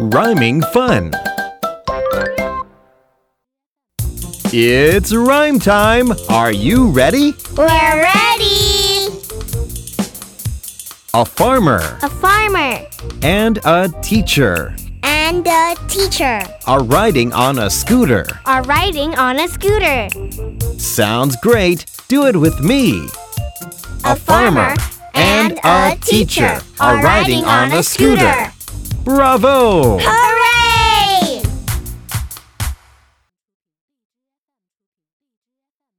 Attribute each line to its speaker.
Speaker 1: Rhyming fun. It's rhyme time. Are you ready?
Speaker 2: We're ready!
Speaker 1: A farmer
Speaker 2: A farmer
Speaker 1: and a teacher
Speaker 2: and a teacher
Speaker 1: are riding on a scooter.
Speaker 2: are riding on a scooter.
Speaker 1: Sounds great. Do it with me.
Speaker 2: A farmer and a teacher are riding on a scooter.
Speaker 1: Bravo!
Speaker 2: Hooray!